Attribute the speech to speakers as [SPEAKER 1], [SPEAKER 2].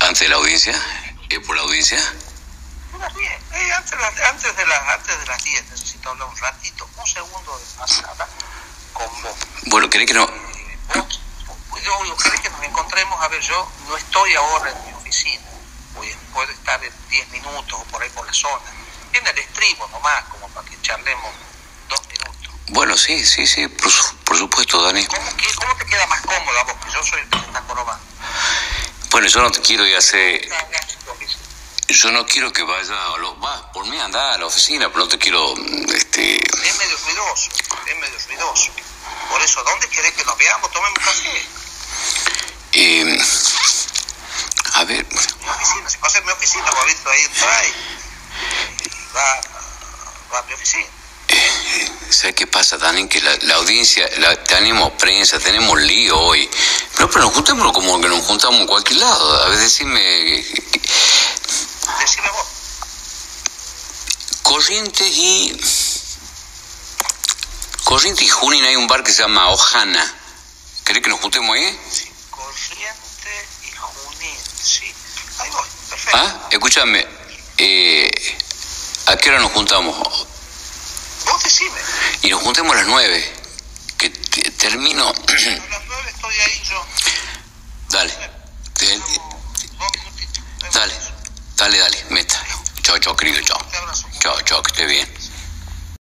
[SPEAKER 1] antes de la audiencia? ¿Es por la audiencia?
[SPEAKER 2] Unas 10, eh, antes, de la- antes, de las antes de las 10 necesito hablar un ratito, un segundo de pasada con vos.
[SPEAKER 1] Bueno, ¿querés que no?
[SPEAKER 2] Eh, vos, pues yo, yo creo que nos encontremos, a ver, yo no estoy ahora en mi oficina, voy, a- puedo estar en 10 minutos o por ahí por la zona, en el estribo nomás, como para que charlemos dos minutos.
[SPEAKER 1] Bueno, sí, sí, sí, por, su- por supuesto, Dani.
[SPEAKER 2] ¿Cómo, que- ¿Cómo te queda más cómodo a vos? Que yo soy el que está jorobando.
[SPEAKER 1] Bueno, yo no te quiero ir a hacer...
[SPEAKER 2] Está acá en tu oficina.
[SPEAKER 1] Yo no quiero que vaya a los... Va, por mí andá a la oficina, pero no te quiero... mm, Este...
[SPEAKER 2] Es medio ruidoso, es medio ruidoso. Por eso, ¿dónde querés que nos veamos? Tomemos café.
[SPEAKER 1] eh, a ver,
[SPEAKER 2] mi oficina, si pasa en mi oficina, vos visto ahí entra y, y va, va a mi oficina.
[SPEAKER 1] ¿sabes qué pasa, Dani? Que la, la audiencia... la- tenemos prensa, tenemos lío hoy. No, pero nos juntamos como que nos juntamos en cualquier lado. A ver, decime...
[SPEAKER 2] Decime vos,
[SPEAKER 1] Corrientes y. Corrientes y Junín hay un bar que se llama Ojana. ¿Querés que nos juntemos ahí?
[SPEAKER 2] sí, corriente y junín, sí. Ahí voy, perfecto.
[SPEAKER 1] ¿Ah? Escúchame. eh, ¿A qué hora nos juntamos?
[SPEAKER 2] Vos decime,
[SPEAKER 1] Y nos juntemos a las nueve. Que te- termino.
[SPEAKER 2] a las nueve estoy ahí yo.
[SPEAKER 1] dale. Te-
[SPEAKER 2] Vamos, Dos minutitos.
[SPEAKER 1] dale. Dale, dale. Meta. Chao, chao, querido. Chao.
[SPEAKER 2] Te abrazo.
[SPEAKER 1] Chao, chao, que esté bien.